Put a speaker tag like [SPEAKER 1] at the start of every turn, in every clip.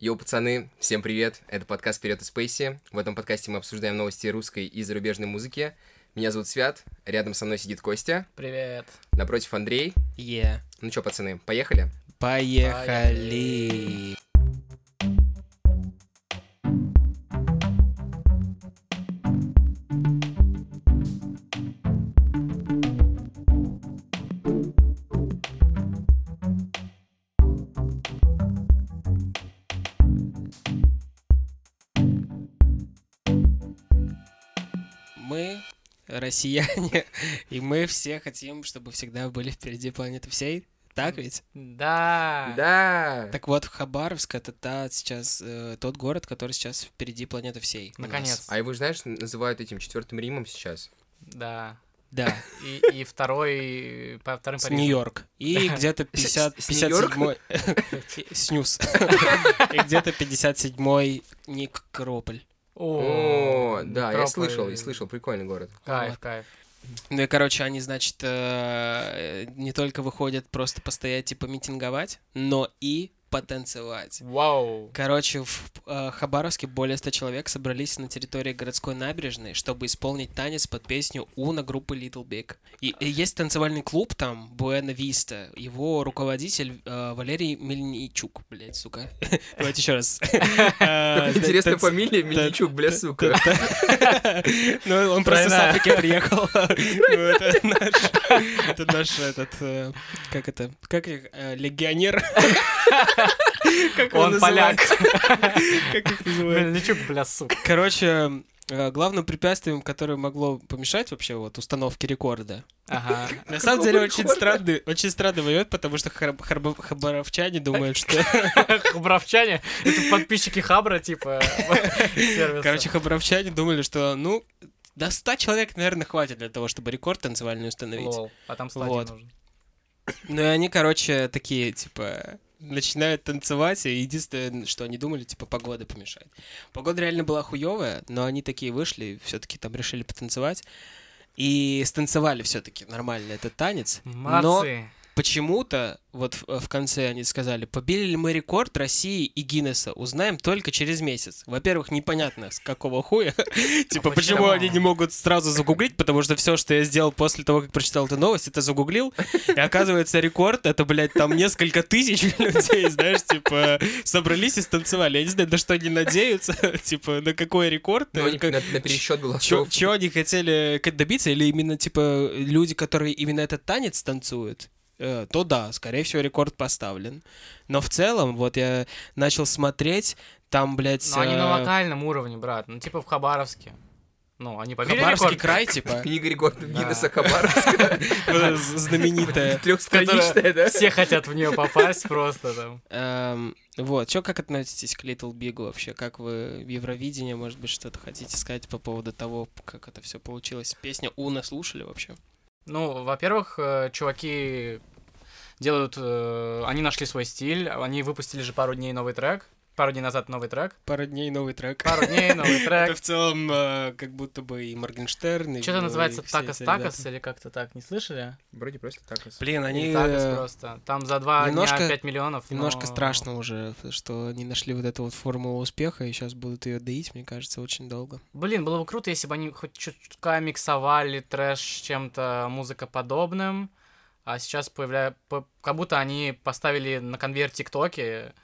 [SPEAKER 1] Йоу, пацаны, всем привет! Это подкаст «Вперед из Спейси». В этом подкасте мы обсуждаем новости русской и зарубежной музыки. Меня зовут Свят, рядом со мной сидит Костя,
[SPEAKER 2] Привет.
[SPEAKER 1] напротив Андрей.
[SPEAKER 2] Е.
[SPEAKER 1] Ну чё, пацаны, поехали?
[SPEAKER 2] Поехали.
[SPEAKER 3] Поехали.
[SPEAKER 2] Мы россияне, и мы все хотим, чтобы всегда были впереди планеты всей. Так ведь?
[SPEAKER 3] Да.
[SPEAKER 1] Да!
[SPEAKER 2] Так вот, Хабаровск это та сейчас э, тот город, который сейчас впереди планеты всей. у нас.
[SPEAKER 3] Наконец.
[SPEAKER 1] А его, знаешь, называют этим четвертым Римом сейчас.
[SPEAKER 3] Да.
[SPEAKER 2] Да,
[SPEAKER 3] И, и второй по вторым
[SPEAKER 2] с
[SPEAKER 3] Парижем.
[SPEAKER 2] Нью-Йорк. И где-то 50,
[SPEAKER 1] с Нью-Йорка?
[SPEAKER 2] 57 Снюс. И где-то 57-й Ник Крополь.
[SPEAKER 3] О,
[SPEAKER 1] О, да, я
[SPEAKER 3] Метрополь.
[SPEAKER 1] слышал, я слышал, прикольный город.
[SPEAKER 3] Кайф,
[SPEAKER 2] Вот.
[SPEAKER 3] кайф.
[SPEAKER 2] Ну и, короче, они, значит, э, не только выходят просто постоять и помитинговать, но и потанцевать.
[SPEAKER 3] Вау.
[SPEAKER 2] Короче, в э, Хабаровске более 100 человек собрались на территории городской набережной, чтобы исполнить танец под песню Уна группы Little Big. И, и есть танцевальный клуб там, Буэна Виста. Его руководитель э, Валерий Мельничук. Блять, сука. Давайте еще раз. Э,
[SPEAKER 1] Такая интересная
[SPEAKER 2] Интересная
[SPEAKER 1] фамилия, Мельничук, бля, сука.
[SPEAKER 2] Ну, он просто с
[SPEAKER 3] Тройная.
[SPEAKER 2] Африки приехал. Ну, Это наш, это наш этот, э, как это, как их, э, легионер. Как его
[SPEAKER 3] Он поляк.
[SPEAKER 2] называют? Как их называют?
[SPEAKER 3] Мельничук, бля, сука.
[SPEAKER 2] Короче, э, главным препятствием, которое могло помешать вообще вот установке рекорда,
[SPEAKER 3] Ага.
[SPEAKER 2] на самом деле очень
[SPEAKER 1] рекорда?
[SPEAKER 2] странный, очень странный вариант, потому что хар- харбо- хабаровчане думают, что
[SPEAKER 3] Хабаровчане. Это подписчики Хабра, типа, сервиса.
[SPEAKER 2] Короче, хабаровчане думали, что, ну, до 100 человек, наверное, хватит для того, чтобы рекорд танцевальный установить.
[SPEAKER 3] Лол. А там стадион
[SPEAKER 2] Вот.
[SPEAKER 3] нужен.
[SPEAKER 2] Ну и они, короче, такие, типа, начинают танцевать, и единственное, что они думали, типа, погода помешает. Погода реально была хуевая, но они такие вышли, все-таки там решили потанцевать. И станцевали все-таки нормально этот танец. Но
[SPEAKER 3] Молодцы.
[SPEAKER 2] почему-то, вот в, в конце они сказали, побили ли мы рекорд России и Гиннесса, узнаем только через месяц. Во-первых, непонятно, с какого хуя. Типа, почему
[SPEAKER 3] почему?
[SPEAKER 2] они не могут сразу загуглить, потому что все, что я сделал после того, как прочитал эту новость, это загуглил. И оказывается, рекорд, это, блядь, там несколько тысяч людей, знаешь, типа, собрались и станцевали. Я не знаю, на что они надеются, типа, на какой рекорд. э,
[SPEAKER 1] Ну, они
[SPEAKER 2] Как-
[SPEAKER 1] на на пересчет
[SPEAKER 2] Чё,
[SPEAKER 1] голосов.
[SPEAKER 2] чё они хотели э, к- добиться? Или именно, типа, люди, которые именно этот танец танцуют? Э, то да, скорее всего, рекорд поставлен. Но в целом, вот я начал смотреть, там, блядь...
[SPEAKER 3] Но они
[SPEAKER 2] э,
[SPEAKER 3] на локальном уровне, брат. Ну, типа в Хабаровске. Ну, они побили
[SPEAKER 2] Хабаровский
[SPEAKER 3] рекорд.
[SPEAKER 2] край, типа,
[SPEAKER 1] Книга рекордов
[SPEAKER 3] Да.
[SPEAKER 1] Гиннесса Хабаровска,
[SPEAKER 2] э, з- знаменитая.
[SPEAKER 1] трехстраничная, да?
[SPEAKER 3] Все хотят в нее попасть просто там.
[SPEAKER 2] Эм, Вот, чё, как относитесь к Little Big вообще? Как вы в Евровидении, может быть, что-то хотите сказать по поводу того, как это все получилось? Песню Уна слушали вообще?
[SPEAKER 3] Ну, во-первых, э, чуваки делают... э, Они нашли свой стиль. Они выпустили же пару дней новый трек. Пару дней назад новый трек.
[SPEAKER 2] Пару дней новый трек.
[SPEAKER 3] Пару дней новый
[SPEAKER 2] Это
[SPEAKER 3] трек.
[SPEAKER 2] в целом э, как будто бы и Моргенштерн, и...
[SPEAKER 3] Что-то
[SPEAKER 2] Вилла,
[SPEAKER 3] называется
[SPEAKER 2] и все
[SPEAKER 3] Такас
[SPEAKER 2] эти
[SPEAKER 3] Такас
[SPEAKER 2] ребята.
[SPEAKER 3] или как-то так, не слышали?
[SPEAKER 1] Вроде просто так.
[SPEAKER 2] Блин,
[SPEAKER 3] Или
[SPEAKER 2] они
[SPEAKER 3] Такос
[SPEAKER 2] э,
[SPEAKER 3] просто. Там за два
[SPEAKER 2] немножко-
[SPEAKER 3] дня 5 миллионов. но-
[SPEAKER 2] немножко страшно уже, что они нашли вот эту вот формулу успеха, и сейчас будут ее доить, мне кажется, очень долго.
[SPEAKER 3] Блин, было бы круто, если бы они хоть чутка миксовали трэш с чем-то музыкоподобным. А сейчас появляя... по- Как будто они поставили на конвейер ТикТоки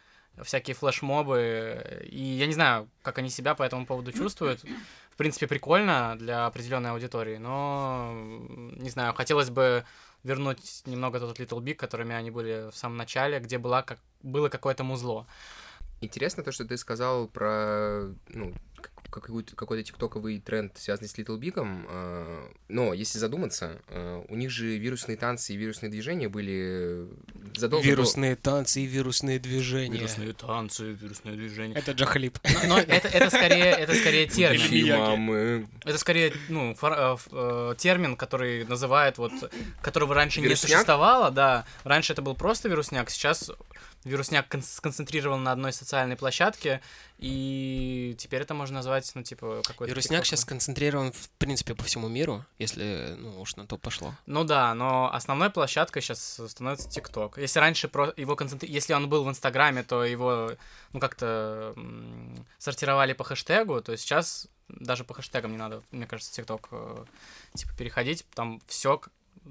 [SPEAKER 3] всякие флешмобы. И я не знаю, как они себя по этому поводу чувствуют. В принципе, прикольно для определенной аудитории, но м, не знаю, хотелось бы вернуть немного тот Little Big, которыми они были в самом начале, где была как... было какое-то музло.
[SPEAKER 1] Интересно то, что ты сказал про ну, как- какую-то- какой-то тиктоковый тренд, связанный с Little Big'ом. э, Но если задуматься, э, у них же вирусные танцы и вирусные движения были задолго до-
[SPEAKER 2] Вирусные танцы и вирусные движения.
[SPEAKER 3] танцы, вирусные движения.
[SPEAKER 2] Это Джахалип.
[SPEAKER 3] Но, но это, это скорее, это скорее термин.
[SPEAKER 2] Или-
[SPEAKER 1] Такие
[SPEAKER 2] Мияги.
[SPEAKER 1] мамы.
[SPEAKER 3] Это скорее ну, фор- э, ф- э, термин, который называют вот, которого раньше
[SPEAKER 1] Вирусняк?
[SPEAKER 3] не существовало, да. Раньше это был просто вирусняк, сейчас вирусняк кон- сконцентрирован на одной социальной площадке, и теперь это можно назвать, ну, типа, какой-то...
[SPEAKER 2] Вирусняк
[SPEAKER 3] тиктоковый.
[SPEAKER 2] сейчас концентрирован, в принципе, по всему миру, если, ну, уж на то пошло.
[SPEAKER 3] Ну да, но основной площадкой сейчас становится ТикТок. Если раньше про его концентр... если он был в Инстаграме, то его ну как-то м, сортировали по хэштегу, то сейчас даже по хэштегам не надо, мне кажется, ТикТок э, типа переходить, там все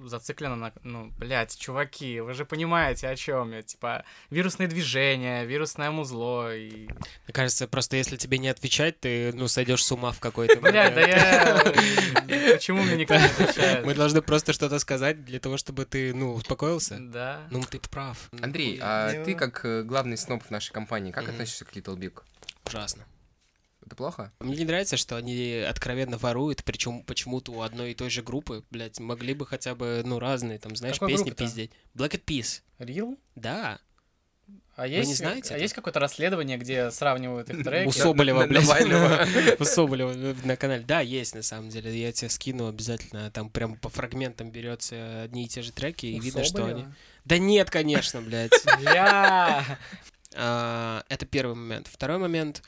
[SPEAKER 3] зациклено на, ну, блядь, чуваки, вы же понимаете, о чем я, типа, вирусные движения, вирусное музло и...
[SPEAKER 2] Мне кажется, просто если тебе не отвечать, ты, ну, сойдешь с ума в какой-то
[SPEAKER 3] Блядь,
[SPEAKER 2] момент.
[SPEAKER 3] да я... Почему мне никто не
[SPEAKER 2] Мы
[SPEAKER 3] отвечает?
[SPEAKER 2] должны просто что-то сказать для того, чтобы ты, ну, успокоился.
[SPEAKER 3] Да.
[SPEAKER 2] Ну, ты прав. Ну,
[SPEAKER 1] Андрей, а ты как э, главный сноб в нашей компании, как
[SPEAKER 2] Мгм.
[SPEAKER 1] относишься к Little Big?
[SPEAKER 2] Ужасно.
[SPEAKER 1] Это плохо?
[SPEAKER 2] Мне не нравится, что они откровенно воруют, причем почему-то у одной и той же группы, блядь, могли бы хотя бы, ну, разные, там, знаешь,
[SPEAKER 3] Какой
[SPEAKER 2] песни
[SPEAKER 3] группы-то?
[SPEAKER 2] пиздеть. Black Eyed Peas.
[SPEAKER 3] Рил?
[SPEAKER 2] Да.
[SPEAKER 3] А
[SPEAKER 2] не
[SPEAKER 3] есть,
[SPEAKER 2] знаете
[SPEAKER 3] а
[SPEAKER 2] это?
[SPEAKER 3] есть какое-то расследование, где сравнивают их
[SPEAKER 2] У
[SPEAKER 3] треки?
[SPEAKER 1] Усо-
[SPEAKER 2] Соболева,
[SPEAKER 1] на- на- Навального.
[SPEAKER 2] блядь. У Соболева на канале. Да, есть, на самом деле. Я тебе скину обязательно. Там прям по фрагментам берется одни и те же треки, и
[SPEAKER 3] У
[SPEAKER 2] видно, что
[SPEAKER 3] Соболева?
[SPEAKER 2] они... Да нет, конечно, блядь.
[SPEAKER 3] Бля!
[SPEAKER 2] А, Это первый момент. Второй момент.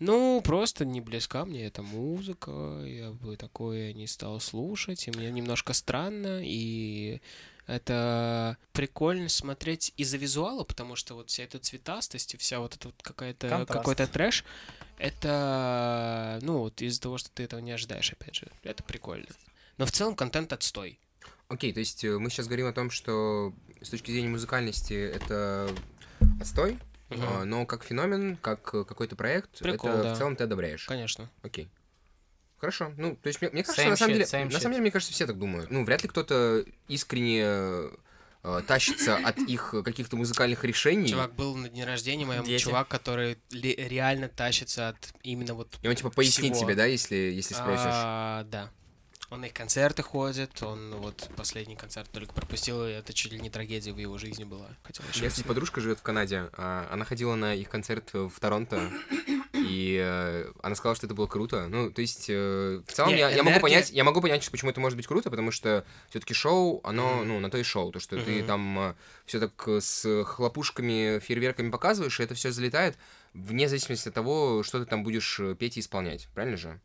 [SPEAKER 2] Ну, просто не близка мне эта музыка, я бы такое не стал слушать, и мне немножко странно, и это прикольно смотреть из-за визуала, потому что вот вся эта цветастость и вся вот эта вот какая-то
[SPEAKER 3] Контраст.
[SPEAKER 2] какой-то трэш, это, ну, вот из-за того, что ты этого не ожидаешь, опять же, это прикольно. Но в целом контент отстой.
[SPEAKER 1] Окей, то есть э, мы сейчас говорим о том, что с точки зрения музыкальности это отстой, а, но как феномен, как э, какой-то проект,
[SPEAKER 2] Прикол,
[SPEAKER 1] это
[SPEAKER 2] да.
[SPEAKER 1] в целом ты одобряешь.
[SPEAKER 2] Конечно.
[SPEAKER 1] Окей. Хорошо. Ну, то есть, мне, мне кажется,
[SPEAKER 3] Same
[SPEAKER 1] на самом
[SPEAKER 3] shit,
[SPEAKER 1] деле,
[SPEAKER 3] same
[SPEAKER 1] на
[SPEAKER 3] shit.
[SPEAKER 1] самом деле, мне кажется, все так думают. Ну, вряд ли кто-то искренне э, э, тащится от их э, каких-то музыкальных решений.
[SPEAKER 2] Чувак был на дне рождения моем,
[SPEAKER 3] Дети.
[SPEAKER 2] чувак, который ли- реально тащится от именно вот...
[SPEAKER 1] И он типа пояснит
[SPEAKER 2] Всего.
[SPEAKER 1] тебе, да, если, если спросишь.
[SPEAKER 2] А, да. Он на их концерты ходит, он вот последний концерт только пропустил, и это чуть ли не трагедия в его жизни была. Хотел
[SPEAKER 1] У меня,
[SPEAKER 2] еще
[SPEAKER 1] кстати, подружка живет в Канаде. а, Она ходила на их концерт в Торонто. И э, она сказала, что это было круто. Ну, то есть, э, в целом,
[SPEAKER 2] Не,
[SPEAKER 1] я, я могу
[SPEAKER 2] энергия-
[SPEAKER 1] понять, я могу понять, что- почему это может быть круто, потому что все-таки шоу, оно,
[SPEAKER 2] Мгм.
[SPEAKER 1] ну, на то и шоу. То, что ты
[SPEAKER 2] Мгм.
[SPEAKER 1] там все так э, с хлопушками, фейерверками показываешь, и это все залетает, вне зависимости от того, что ты там будешь э, петь и исполнять. Правильно же?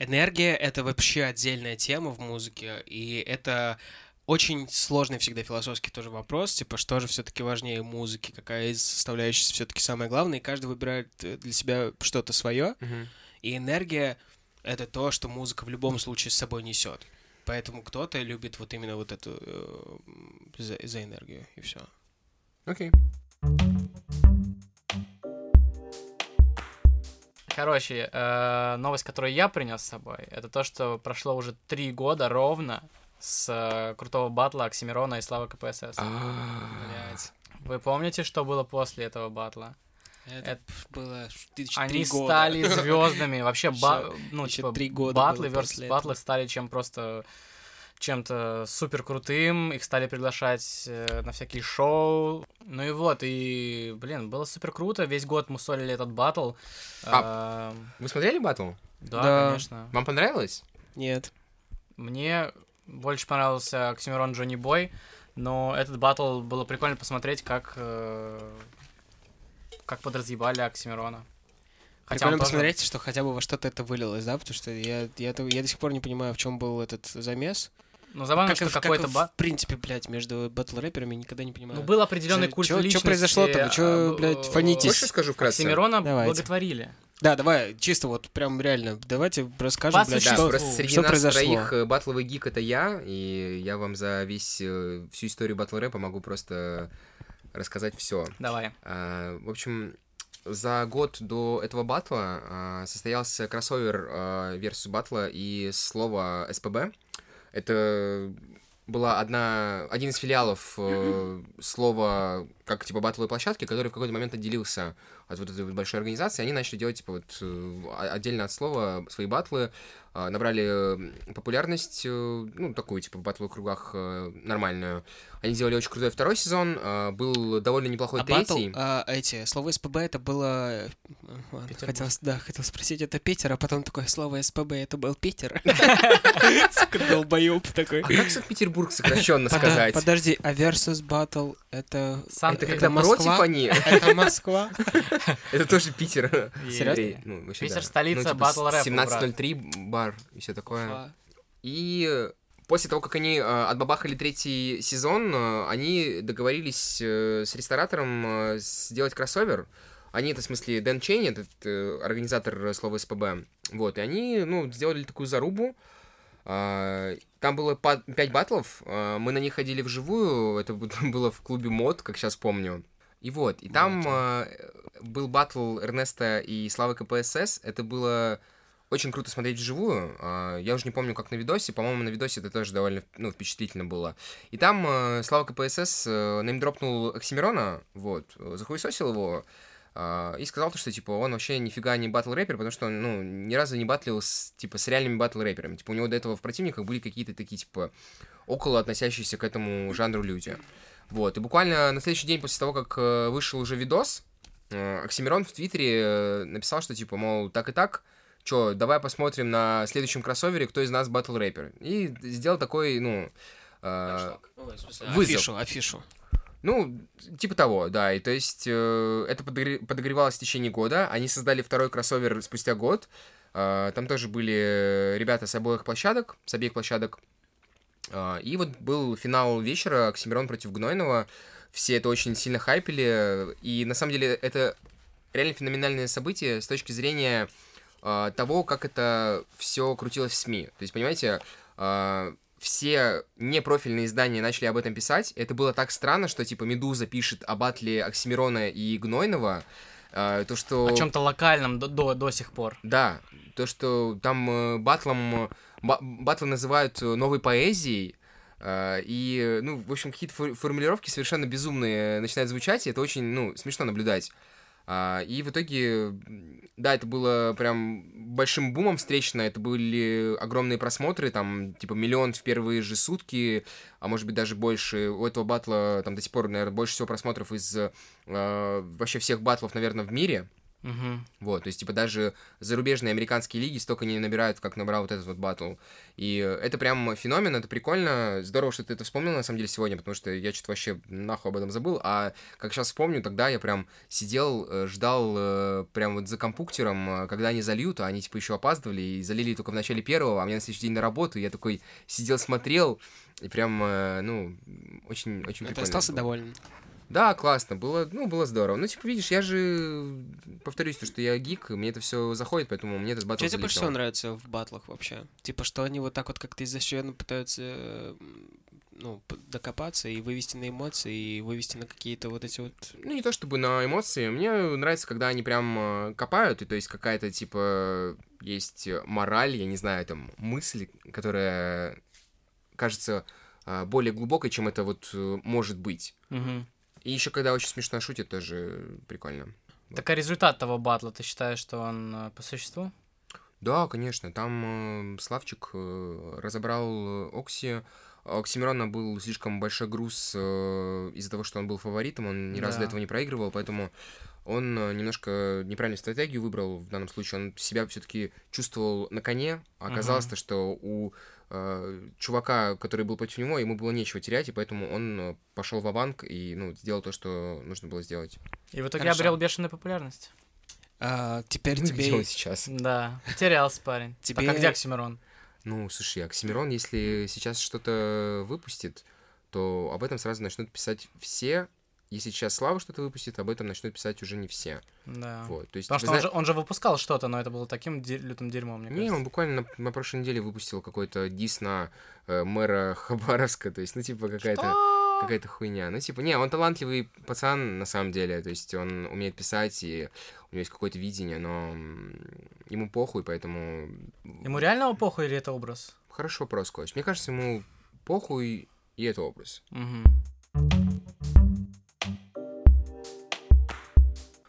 [SPEAKER 2] Энергия — это вообще отдельная тема в музыке, и это очень сложный всегда философский тоже вопрос, типа, что же все-таки важнее музыки, какая из составляющих все-таки самая главная, и каждый выбирает э, для себя что-то свое, И энергия — это то, что музыка в любом случае с собой несет. Поэтому кто-то любит вот именно вот эту э, за, за энергию, и все.
[SPEAKER 1] Окей.
[SPEAKER 3] Короче, э, новость, которую я принес с собой, это то, что прошло уже три года ровно с э, крутого батла Оксимирона и Славы КПСС.
[SPEAKER 2] А. Блять.
[SPEAKER 3] Вы помните, что было после этого батла?
[SPEAKER 2] Это,
[SPEAKER 3] Это-
[SPEAKER 2] пф, было ш- 2003
[SPEAKER 3] Они
[SPEAKER 2] года.
[SPEAKER 3] стали звездами. Вообще, ба-
[SPEAKER 2] Ещё-
[SPEAKER 3] ну,
[SPEAKER 2] ещё
[SPEAKER 3] типа,
[SPEAKER 2] три года
[SPEAKER 3] батлы,
[SPEAKER 2] было
[SPEAKER 3] версус
[SPEAKER 2] после
[SPEAKER 3] батлы
[SPEAKER 2] этого.
[SPEAKER 3] стали чем просто чем-то супер крутым, их стали приглашать э, на всякие шоу. Ну и вот, и, блин, было супер круто, весь год мусолили этот батл. Эм,
[SPEAKER 1] Вы смотрели батл?
[SPEAKER 3] да,
[SPEAKER 2] А. Да.
[SPEAKER 3] конечно.
[SPEAKER 1] Вам понравилось?
[SPEAKER 2] Нет.
[SPEAKER 3] Мне больше понравился Оксимирон Джонни Бой, но этот батл было прикольно посмотреть, как, э, как подразъебали Оксимирона. он
[SPEAKER 2] Прикольно
[SPEAKER 3] тоже-
[SPEAKER 2] посмотреть, что хотя бы во что-то это вылилось, да? Потому что я, я, то- я до сих пор не понимаю, в чем был этот замес.
[SPEAKER 3] Ну, забавно,
[SPEAKER 2] и
[SPEAKER 3] что
[SPEAKER 2] в- и
[SPEAKER 3] какой-то
[SPEAKER 2] в,
[SPEAKER 3] ба-
[SPEAKER 2] принципе, блядь, между батл-рэперами никогда не понимаю.
[SPEAKER 3] Ну, был определенный
[SPEAKER 2] Чё-
[SPEAKER 3] культ
[SPEAKER 2] чё
[SPEAKER 3] личности.
[SPEAKER 2] произошло-то? Вы чё,
[SPEAKER 3] а, б-
[SPEAKER 2] блядь, фонитесь?
[SPEAKER 1] Хочешь, я скажу вкратце?
[SPEAKER 3] Оксимирона
[SPEAKER 2] Давайте.
[SPEAKER 3] благотворили.
[SPEAKER 2] Да, давай, чисто вот прям реально, давайте расскажем,
[SPEAKER 3] По
[SPEAKER 2] блядь,
[SPEAKER 1] Да,
[SPEAKER 3] существу.
[SPEAKER 2] что...
[SPEAKER 1] просто среди
[SPEAKER 2] что
[SPEAKER 1] нас
[SPEAKER 2] произошло?
[SPEAKER 1] троих э, батловый гик это я, и я вам за весь э, всю историю батл рэпа могу просто рассказать все.
[SPEAKER 3] Давай.
[SPEAKER 1] Э, в общем, за год до этого батла а, состоялся кроссовер а, версус батла и слово СПБ. Это была одна, один из филиалов э, слова как типа батловой площадки, который в какой-то момент отделился от вот этой вот большой организации. Они начали делать типа вот э, а- отдельно от слова свои батлы, а, набрали э, популярность, э, ну такую типа в батловых кругах э, нормальную. Они сделали очень крутой второй сезон, а, был довольно неплохой
[SPEAKER 2] А батл,
[SPEAKER 1] третий.
[SPEAKER 2] а, эти, слово СПБ это было... э, ладно, Хотел, да, хотел спросить, это Питер, а потом такое слово СПБ, это был Питер. Сука, долбоеб такой.
[SPEAKER 1] А как Санкт-Петербург сокращенно
[SPEAKER 2] Пода-
[SPEAKER 1] сказать?
[SPEAKER 2] Подожди, а Versus Battle это...
[SPEAKER 3] Сан-
[SPEAKER 1] Это
[SPEAKER 3] Это
[SPEAKER 1] когда
[SPEAKER 2] Москва?
[SPEAKER 1] против они.
[SPEAKER 2] Это Москва?
[SPEAKER 1] Это тоже Питер.
[SPEAKER 2] Серьёзно?
[SPEAKER 1] Андрей, ну, вообще,
[SPEAKER 3] Питер
[SPEAKER 1] да.
[SPEAKER 3] столица
[SPEAKER 1] Ну, типа,
[SPEAKER 3] батл рэпа,
[SPEAKER 1] 17.03 бар и все такое. И после того, как они э, отбабахали третий сезон, э, они договорились э, с ресторатором э, сделать кроссовер. Они, это в смысле Дэн Чейни, этот э, организатор э, слова СПБ. Вот, и они, ну, сделали такую зарубу. А, Там было 5 батлов, а, мы на них ходили вживую, это бу- было в клубе мод, как сейчас помню. И вот, и там а, был батл Эрнеста и Славы КПСС, это было очень круто смотреть вживую, А, я уже не помню, как на видосе, по-моему, на видосе это тоже довольно ну, впечатлительно было. И там а, Слава КПСС э, неймдропнул Оксимирона, вот, э, захуесосил его, а, и сказал то, что, типа, он вообще нифига не батл-рэпер, потому что он, ну, ни разу не батлил с, типа, с реальными батл-рэперами. Типа, у него до этого в противниках были какие-то такие, типа, около относящиеся к этому жанру люди. Вот, и буквально на следующий день после того, как э, вышел уже видос, э, Оксимирон в Твиттере э, написал, что, типа, мол, так и так, чё, давай посмотрим на следующем кроссовере, кто из нас батл-рэпер. И сделал такой, ну... э,
[SPEAKER 2] А,
[SPEAKER 1] Вызов.
[SPEAKER 2] Афишу, афишу.
[SPEAKER 1] ну, типа того, да. И то есть э, это подогре- подогревалось в течение года. Они создали второй кроссовер спустя год. Э, там тоже были э, ребята с обоих площадок, с обеих площадок. Э, и вот был финал вечера Оксимирон против Гнойного. Все это очень сильно хайпели. И на самом деле это реально феноменальное событие с точки зрения э, того, как это все крутилось в СМИ. То есть, понимаете, э, все непрофильные издания начали об этом писать. Это было так странно, что типа Медуза пишет о батле Оксимирона и Гнойного. э, то,
[SPEAKER 2] ну,
[SPEAKER 1] что...
[SPEAKER 3] О чем-то локальном до, до, до сих пор.
[SPEAKER 1] Да, то, что там э, батлом... э, ба- батлы называют э, новой поэзией, э, и, э, ну, в общем, какие-то фор- формулировки совершенно безумные э, начинают звучать, и это очень, ну, смешно наблюдать. А, И в итоге, м, да, это было прям большим бумом встречно, это были огромные просмотры, там, типа, миллион в первые же сутки, а может быть даже больше. У этого батла, там, до сих пор, наверное, больше всего просмотров из э, вообще всех батлов, наверное, в мире.
[SPEAKER 3] Мгм.
[SPEAKER 1] Вот, то есть, типа, даже зарубежные американские лиги столько не набирают, как набрал вот этот вот батл. И э, это прям феномен, это прикольно. Здорово, что ты это вспомнил, на самом деле, сегодня, потому что я что-то вообще нахуй об этом забыл. А как сейчас вспомню, тогда я прям сидел, э, ждал э, прям вот за компьютером, э, когда они зальют, а они, типа, еще опаздывали и залили только в начале первого, а мне на следующий день на работу, и я такой сидел, смотрел, и прям, э, ну, очень-очень
[SPEAKER 2] Ты
[SPEAKER 1] прикольно.
[SPEAKER 2] остался
[SPEAKER 1] было.
[SPEAKER 2] доволен?
[SPEAKER 1] Да, классно, было, ну, было здорово. Ну, типа, видишь, я же повторюсь, то, что я гик, и мне это все заходит, поэтому мне этот батл
[SPEAKER 2] Что тебе больше всего
[SPEAKER 1] залетел.
[SPEAKER 2] нравится в батлах вообще? Типа, что они вот так вот как-то изощренно пытаются э, м, ну, п- докопаться и вывести на эмоции, и вывести на какие-то вот эти вот...
[SPEAKER 1] Ну, не то чтобы на эмоции, мне нравится, когда они прям э, копают, и то есть какая-то, типа, есть мораль, я не знаю, там, мысль, которая кажется э, более глубокой, чем это вот э, может быть.
[SPEAKER 3] Мгм.
[SPEAKER 1] И еще когда очень смешно шутит, тоже прикольно.
[SPEAKER 3] Так а результат того батла, ты считаешь, что он э, по существу?
[SPEAKER 1] Да, конечно, там э, Славчик э, разобрал э, Окси. А У Оксимирона был слишком большой груз э, из-за того, что он был фаворитом, он ни разу
[SPEAKER 3] Да.
[SPEAKER 1] до этого не проигрывал, поэтому он э, немножко неправильную стратегию выбрал в данном случае. Он себя все-таки чувствовал на коне, а
[SPEAKER 3] Мгм.
[SPEAKER 1] оказалось то, что у э, чувака, который был против него, ему было нечего терять, и поэтому он пошел в банк и ну, сделал то, что нужно было сделать.
[SPEAKER 3] И в итоге
[SPEAKER 2] Хорошо.
[SPEAKER 3] обрел бешеную популярность.
[SPEAKER 2] А, теперь
[SPEAKER 1] Ну, где
[SPEAKER 2] тебе...
[SPEAKER 1] он сейчас?
[SPEAKER 3] Да, потерялся парень.
[SPEAKER 2] Тебе-
[SPEAKER 3] Так а где Оксимирон?
[SPEAKER 1] Ну, слушай, Оксимирон, если сейчас что-то выпустит, то об этом сразу начнут писать все. Если сейчас Слава что-то выпустит, об этом начнут писать уже не все.
[SPEAKER 3] Да.
[SPEAKER 1] Вот, то есть...
[SPEAKER 3] А. Потому
[SPEAKER 1] вы
[SPEAKER 3] что
[SPEAKER 1] зна-
[SPEAKER 3] он же, он же выпускал что-то, но это было таким де- лютым дерьмом, мне
[SPEAKER 1] Не,
[SPEAKER 3] кажется.
[SPEAKER 1] он буквально на, на прошлой неделе выпустил какой-то дис на э, мэра Хабаровска, то есть, ну, типа, какая-то
[SPEAKER 3] Что?
[SPEAKER 1] какая-то хуйня. Ну, типа, не, он талантливый пацан, на самом деле, то есть он умеет писать, и у него есть какое-то видение, но м, ему похуй, поэтому...
[SPEAKER 3] Ему реально похуй или это образ?
[SPEAKER 1] Хорошо вопрос, Кость. Мне кажется, ему похуй, и это образ.
[SPEAKER 3] Мгм.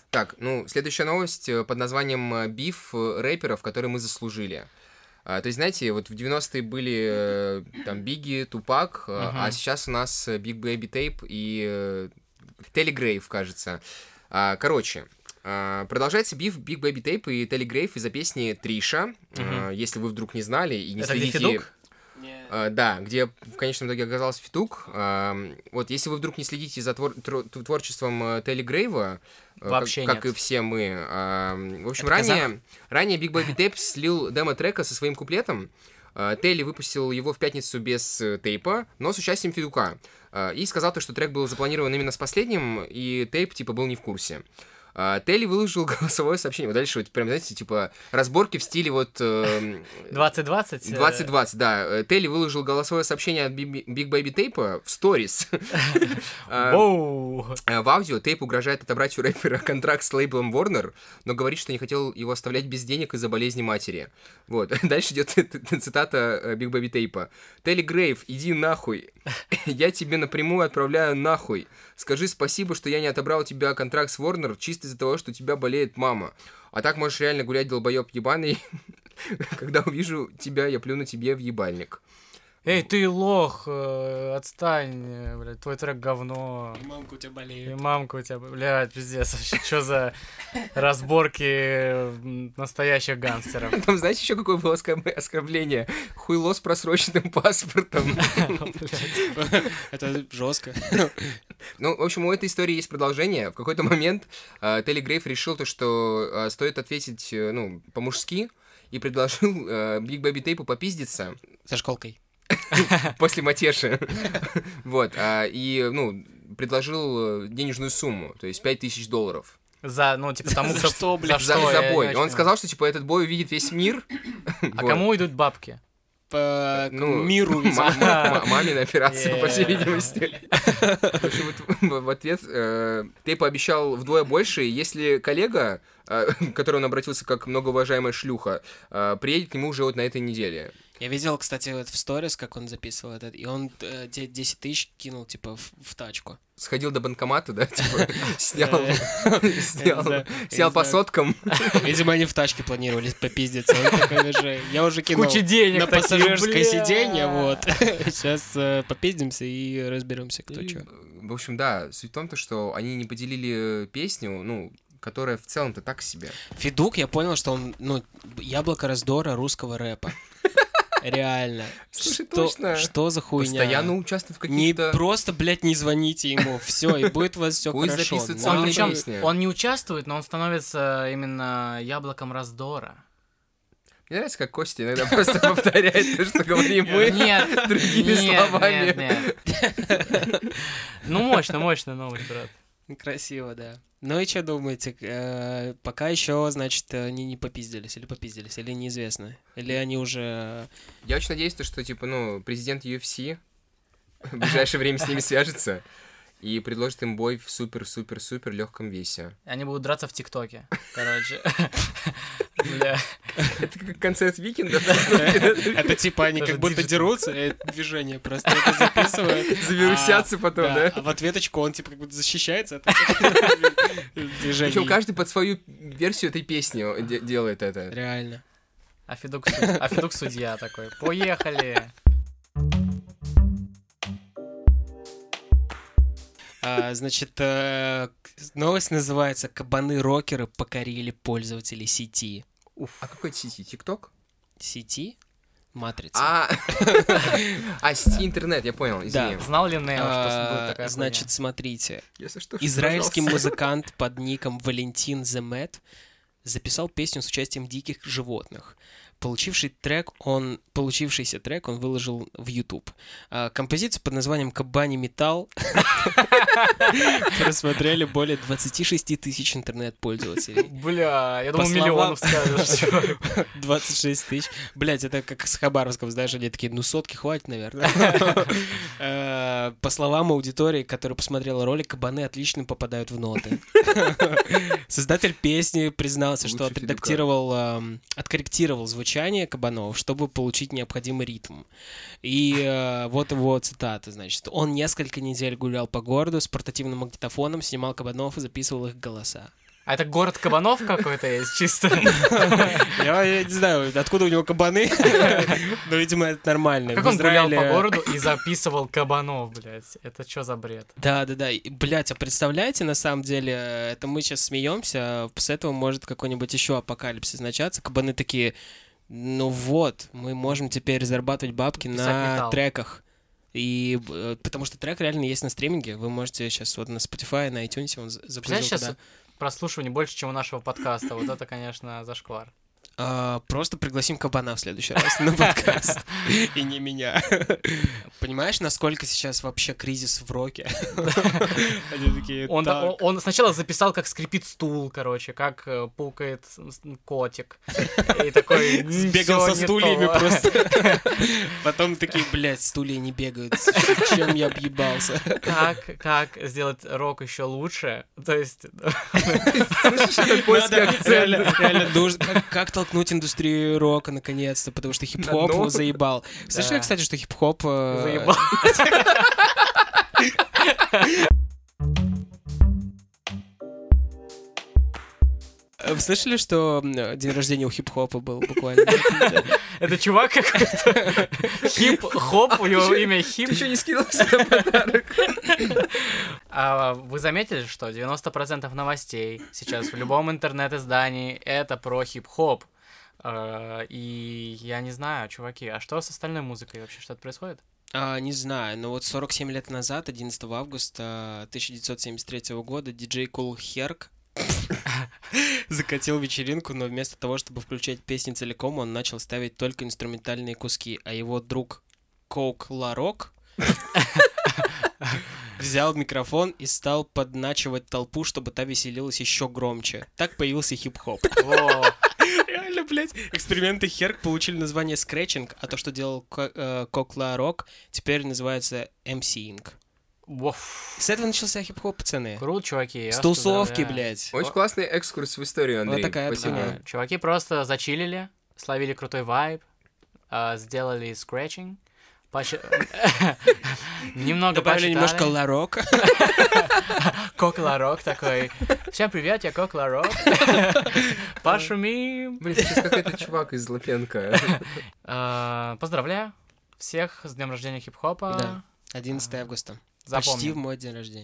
[SPEAKER 1] Так, ну, следующая новость э, под названием э, «Биф э, рэперов, которые мы заслужили». А, То есть, знаете, вот в 90-е были э, там Бигги, Тупак, э,
[SPEAKER 3] Мгм.
[SPEAKER 1] а сейчас у нас э, Биг Бэби Тейп и Телегрейв, кажется. А, Короче, а, продолжается биф Биг Бэби Тейп и Телегрейв из-за песни Триша.
[SPEAKER 3] Мгм.
[SPEAKER 1] А, Если вы вдруг не знали и не
[SPEAKER 3] Это где
[SPEAKER 1] следите...
[SPEAKER 3] Федук?
[SPEAKER 2] Не,
[SPEAKER 1] Э, да, где в конечном итоге оказался Фитук. Э, вот если вы вдруг не следите за твор- тро- ту- творчеством э, Телли Грейва, э, как-
[SPEAKER 3] Вообще
[SPEAKER 1] как,
[SPEAKER 3] нет.
[SPEAKER 1] и все мы, э, в общем,
[SPEAKER 2] Это
[SPEAKER 1] ранее, ранее Big Baby Tape слил демо-трека со своим куплетом. Э, Телли выпустил его в пятницу без э, тейпа, но с участием Федука. Э, И сказал то, что трек был запланирован именно с последним, и тейп, типа, был не в курсе. Э, Телли выложил голосовое сообщение. Вот дальше вот прям, знаете, типа разборки в стиле вот... э,
[SPEAKER 3] 2020? э,
[SPEAKER 1] 2020, да. Э, Телли выложил голосовое сообщение от Би- Биг Бэйби Тейпа в сторис. Э,
[SPEAKER 3] Воу!
[SPEAKER 1] э, В аудио Тейп угрожает отобрать у рэпера контракт с лейблом Warner, но говорит, что не хотел его оставлять без денег из-за болезни матери. Вот. Дальше идет ц- ц- цитата э, Биг Бэйби Тейпа. «Телли Грейв, иди нахуй. Я тебе напрямую отправляю нахуй. Скажи спасибо, что я не отобрал у тебя контракт с Warner чисто из-за того, что у тебя болеет мама. А так можешь реально гулять, долбоеб ебаный. Когда увижу тебя, я плюну тебе в ебальник.
[SPEAKER 3] Эй, ты лох, э, отстань, э, блядь, твой трек говно.
[SPEAKER 2] И мамка у тебя
[SPEAKER 3] И
[SPEAKER 2] болеет.
[SPEAKER 3] мамка у тебя, блядь, пиздец, вообще, что за разборки э, м, настоящих гангстеров?
[SPEAKER 1] Там, знаете, еще какое было оскорб- оскорбление? Хуйло с просроченным паспортом.
[SPEAKER 2] Это жестко.
[SPEAKER 1] Ну, в общем, у этой истории есть продолжение. В какой-то момент э, Телли Грейв решил то, что э, стоит ответить, э, ну, по-мужски, и предложил э, Биг Бэби Тейпу попиздиться
[SPEAKER 2] Со школкой.
[SPEAKER 1] после матеши. Вот. а, И, ну, предложил э, денежную сумму, то есть 5000 долларов.
[SPEAKER 3] За, ну, типа, тому,
[SPEAKER 2] За
[SPEAKER 3] кто...
[SPEAKER 2] что, блядь?
[SPEAKER 1] За,
[SPEAKER 3] что?
[SPEAKER 1] за
[SPEAKER 3] Я не
[SPEAKER 1] бой.
[SPEAKER 3] очень
[SPEAKER 1] Он
[SPEAKER 3] понимаю.
[SPEAKER 1] сказал, что, типа, этот бой увидит весь мир.
[SPEAKER 3] А
[SPEAKER 1] Вот.
[SPEAKER 3] кому идут бабки? Э,
[SPEAKER 2] По
[SPEAKER 1] Ну,
[SPEAKER 2] миру,
[SPEAKER 1] М-
[SPEAKER 2] видимо.
[SPEAKER 1] м- м- Мамина операция, по всей
[SPEAKER 3] Yeah.
[SPEAKER 1] видимости. В общем, вот в- в ответ э, ты пообещал вдвое больше, и если коллега, э, к которому он обратился как многоуважаемая шлюха, э, приедет к нему уже вот на этой неделе.
[SPEAKER 2] Я видел, кстати, вот в сторис, как он записывал этот, и он э, де- 10 тысяч кинул, типа, в, в тачку.
[SPEAKER 1] Сходил до банкомата, да, типа, снял,
[SPEAKER 2] Э,
[SPEAKER 1] снял,
[SPEAKER 2] знаю, я
[SPEAKER 1] снял
[SPEAKER 2] не
[SPEAKER 1] по
[SPEAKER 2] знаю.
[SPEAKER 1] соткам.
[SPEAKER 2] Видимо, они в тачке планировали попиздиться. Он такой уже, я уже кинул.
[SPEAKER 3] Куча денег
[SPEAKER 2] на
[SPEAKER 3] такие,
[SPEAKER 2] пассажирское
[SPEAKER 3] бля.
[SPEAKER 2] сиденье, вот. Сейчас э, попиздимся и разберемся, кто
[SPEAKER 1] И,
[SPEAKER 2] что.
[SPEAKER 1] В общем, да, суть в том, то, что они не поделили песню, ну, которая в целом-то так себе.
[SPEAKER 2] Федук, я понял, что он, ну, яблоко раздора русского рэпа. Реально.
[SPEAKER 1] Слушай,
[SPEAKER 2] Что-
[SPEAKER 1] точно.
[SPEAKER 2] Что за хуйня?
[SPEAKER 1] Постоянно участвует в
[SPEAKER 2] Не
[SPEAKER 1] каких-то...
[SPEAKER 2] просто, блядь, не звоните ему. Все, и будет у вас все
[SPEAKER 1] Пусть
[SPEAKER 2] хорошо. Ну, а
[SPEAKER 1] записывает
[SPEAKER 2] Нахуй.
[SPEAKER 1] сам
[SPEAKER 3] Он, причем,
[SPEAKER 1] песня.
[SPEAKER 3] он не участвует, но он становится именно яблоком раздора.
[SPEAKER 1] Мне нравится, как Костя иногда просто повторяет то, что говорим мы.
[SPEAKER 3] Нет,
[SPEAKER 1] другими
[SPEAKER 3] нет,
[SPEAKER 1] словами.
[SPEAKER 3] нет, нет. Ну, мощно, мощно новость, брат.
[SPEAKER 2] Красиво, да. Ну и что думаете? э, Пока еще, значит, они не попиздились, или попиздились, или неизвестно. Или они уже...
[SPEAKER 1] Я очень надеюсь, то, что, типа, ну, президент UFC в ближайшее время с ними свяжется и предложит им бой в супер-супер-супер легком весе.
[SPEAKER 3] Они будут драться в ТикТоке, короче. Бля.
[SPEAKER 1] Это как концерт Викинга.
[SPEAKER 2] Это типа они
[SPEAKER 3] Даже
[SPEAKER 2] как будто
[SPEAKER 3] диджитал.
[SPEAKER 2] дерутся, э, движение просто это записывают.
[SPEAKER 1] Завирусятся потом, да?
[SPEAKER 2] А в ответочку он типа как будто защищается от движения.
[SPEAKER 1] Причем каждый под свою версию этой песни де- делает это.
[SPEAKER 2] Реально.
[SPEAKER 3] А Федук суд- а Федук судья такой. Поехали.
[SPEAKER 2] А, Значит, э, к- новость называется «Кабаны-рокеры покорили пользователей сети».
[SPEAKER 1] А какой это сети? ТикТок?
[SPEAKER 2] Сети? Матрица.
[SPEAKER 1] А, а сети интернет, я понял, извини.
[SPEAKER 3] Знал ли Нео, что будет
[SPEAKER 2] А,
[SPEAKER 3] такая
[SPEAKER 2] Значит, смотрите.
[SPEAKER 1] Если что,
[SPEAKER 2] Израильский
[SPEAKER 1] пожалуйста.
[SPEAKER 2] музыкант под ником Валентин The Met записал песню с участием диких животных. Получивший трек он, получившийся трек он выложил в YouTube. А, композицию под названием «Кабани металл» просмотрели более 26 тысяч интернет-пользователей.
[SPEAKER 3] хуйня? Бля, я
[SPEAKER 2] по
[SPEAKER 3] думал,
[SPEAKER 2] словам-
[SPEAKER 3] миллионов скажешь. типа. чувак.
[SPEAKER 2] 26 тысяч. Блять, это как с Хабаровском, знаешь, они такие, ну сотки хватит, наверное. Э, По словам аудитории, которая посмотрела ролик, кабаны отлично попадают в ноты. Создатель песни признался, что
[SPEAKER 1] Лучше Федука.
[SPEAKER 2] отредактировал, эм, откорректировал звучание кабанов, чтобы получить необходимый ритм. И э, вот его цитата, значит. Он несколько недель гулял по городу с портативным магнитофоном, снимал кабанов и записывал их голоса.
[SPEAKER 3] А это город кабанов какой-то есть, чисто.
[SPEAKER 2] Я, я не знаю, откуда у него кабаны, но, видимо, это нормально.
[SPEAKER 3] А Как
[SPEAKER 2] В
[SPEAKER 3] он гулял по
[SPEAKER 2] Израиле-
[SPEAKER 3] городу и записывал кабанов, блядь. Это что за бред?
[SPEAKER 2] Да, да, да. И, Блядь, а представляете, на самом деле, э, это мы сейчас смеемся, а с этого может какой-нибудь еще апокалипсис начаться. Кабаны такие, Ну вот, мы можем теперь зарабатывать бабки
[SPEAKER 3] Писать
[SPEAKER 2] на
[SPEAKER 3] металл.
[SPEAKER 2] треках. И э, потому что трек реально есть на стриминге, вы можете сейчас вот на Spotify, на iTunes, он за-
[SPEAKER 3] Представляешь,
[SPEAKER 2] загрузил
[SPEAKER 3] сейчас
[SPEAKER 2] туда.
[SPEAKER 3] прослушивание больше, чем у нашего подкаста. Вот это, конечно, зашквар.
[SPEAKER 2] А, просто пригласим кабана в следующий раз на подкаст. И не меня. Понимаешь, насколько сейчас вообще кризис в роке? Они такие,
[SPEAKER 3] Он,
[SPEAKER 2] «Так,
[SPEAKER 3] та- о- он сначала записал, как скрипит стул, короче, как э, пукает с- с- котик. И такой... «М,
[SPEAKER 2] Сбегал
[SPEAKER 3] всё
[SPEAKER 2] со
[SPEAKER 3] не
[SPEAKER 2] стульями
[SPEAKER 3] то».
[SPEAKER 2] просто. Потом такие, блядь, стулья не бегают. Чем я объебался?
[SPEAKER 3] Как, как сделать рок еще лучше? То есть... э,
[SPEAKER 1] Слышишь, этот польский
[SPEAKER 2] Надо
[SPEAKER 1] акцент?
[SPEAKER 2] реально, реально нужно- Как, как толкнуть индустрию рока наконец-то, потому что хип-хоп
[SPEAKER 1] На дно.
[SPEAKER 2] заебал. Слышали,
[SPEAKER 3] Да.
[SPEAKER 2] кстати, что хип-хоп... э,
[SPEAKER 3] Заебал.
[SPEAKER 2] э, вы Слышали, что м, день рождения у хип-хопа был буквально?
[SPEAKER 3] Это чувак какой-то. Хип-хоп, у него имя
[SPEAKER 1] Ты
[SPEAKER 3] хип.
[SPEAKER 1] еще не скинул себе подарок?
[SPEAKER 3] А вы заметили, что 90% новостей сейчас в любом интернет-издании это про хип-хоп? Э, И я не знаю, чуваки, а что с остальной музыкой вообще? Что-то происходит?
[SPEAKER 2] А, Не знаю, но вот 47 лет назад, 11 августа э, 1973 года, диджей Кул Херк закатил вечеринку, но вместо того, чтобы включать песни целиком, он начал ставить только инструментальные куски, а его друг Коук Ларок взял микрофон и стал подначивать толпу, чтобы та веселилась еще громче. Так появился хип-хоп.
[SPEAKER 3] Во,
[SPEAKER 2] Реально, блядь. Эксперименты Херк получили название скретчинг, а то, что делал Ко- э, Кокла Рок, теперь называется MC-инг.
[SPEAKER 3] воф.
[SPEAKER 2] С этого начался хип-хоп, пацаны.
[SPEAKER 3] Круто, чуваки. я
[SPEAKER 2] Э, С
[SPEAKER 3] вас
[SPEAKER 2] тусовки,
[SPEAKER 3] поздравляю.
[SPEAKER 2] блядь.
[SPEAKER 1] Очень классный экскурс в историю, Андрей.
[SPEAKER 2] такая
[SPEAKER 3] Да,
[SPEAKER 1] Спасибо.
[SPEAKER 2] Понимаю.
[SPEAKER 3] Чуваки просто зачилили, словили крутой вайб, а, сделали скретчинг. поч- Немного почитали.
[SPEAKER 2] Добавили немножко ларок.
[SPEAKER 3] Кокларок такой. Всем привет, я Кокларок. Пошумим.
[SPEAKER 1] Блин, сейчас какой-то чувак из Лапенко.
[SPEAKER 3] А, Поздравляю всех с днем рождения хип-хопа.
[SPEAKER 2] Да. 11 августа. Почти в
[SPEAKER 3] Запомним.
[SPEAKER 2] мой день рождения.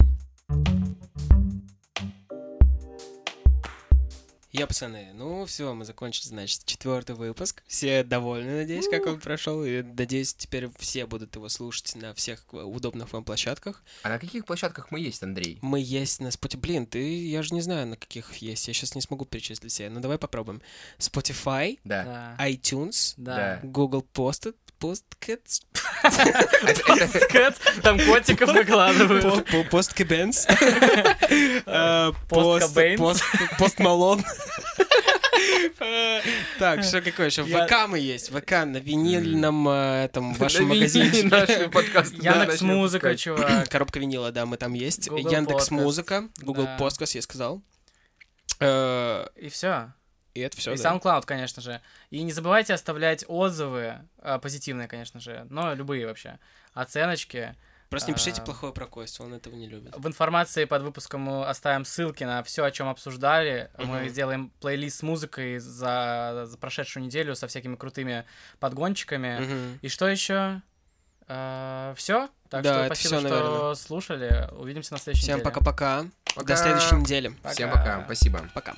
[SPEAKER 2] Я, пацаны, ну все, мы закончили, значит, четвертый выпуск. Все довольны, надеюсь, как он прошел. И надеюсь, теперь все будут его слушать на всех э, удобных вам площадках.
[SPEAKER 1] А на каких площадках мы есть, Андрей?
[SPEAKER 2] Мы есть на Spotify. Блин, ты, я же не знаю, на каких есть. Я сейчас не смогу перечислить все. Ну давай попробуем. Spotify,
[SPEAKER 1] Да.
[SPEAKER 3] Да.
[SPEAKER 2] iTunes,
[SPEAKER 1] Да.
[SPEAKER 3] Да.
[SPEAKER 2] Google Post, Postcats,
[SPEAKER 3] Кэт, Там котиков выкладывают.
[SPEAKER 2] Посткабенс, э,
[SPEAKER 3] Postkabens.
[SPEAKER 2] Постмалон. Так, что какое еще?
[SPEAKER 3] Я-
[SPEAKER 2] ВК мы есть, ВК на винильном э, этом вашем
[SPEAKER 1] На виниле
[SPEAKER 2] магазине.
[SPEAKER 1] нашего подкаста.
[SPEAKER 3] Яндекс музыка,
[SPEAKER 1] Музыка.
[SPEAKER 3] чувак.
[SPEAKER 2] Коробка винила, да, мы там есть.
[SPEAKER 3] Google
[SPEAKER 2] Яндекс
[SPEAKER 3] Podcast.
[SPEAKER 2] Музыка, Google
[SPEAKER 3] Да.
[SPEAKER 2] Podcast, я сказал. Э,
[SPEAKER 3] И все.
[SPEAKER 2] И это все.
[SPEAKER 3] И SoundCloud, конечно же. И не забывайте оставлять отзывы, а, позитивные, конечно же, но любые вообще, оценочки.
[SPEAKER 2] Просто не пишите
[SPEAKER 3] А.
[SPEAKER 2] плохое про Костю, он этого не любит.
[SPEAKER 3] В информации под выпуском мы оставим ссылки на все, о чем обсуждали. Мы
[SPEAKER 2] Мгм.
[SPEAKER 3] сделаем плейлист с музыкой за, за прошедшую неделю со всякими крутыми подгончиками.
[SPEAKER 2] Мгм.
[SPEAKER 3] И что еще? все. Так
[SPEAKER 2] Да,
[SPEAKER 3] что
[SPEAKER 2] это
[SPEAKER 3] спасибо, что
[SPEAKER 2] всё, наверное.
[SPEAKER 3] слушали. Увидимся на следующей
[SPEAKER 2] Всем
[SPEAKER 3] неделе.
[SPEAKER 2] пока-пока.
[SPEAKER 1] Пока.
[SPEAKER 2] До следующей недели.
[SPEAKER 1] Всем пока. Спасибо.
[SPEAKER 2] Пока.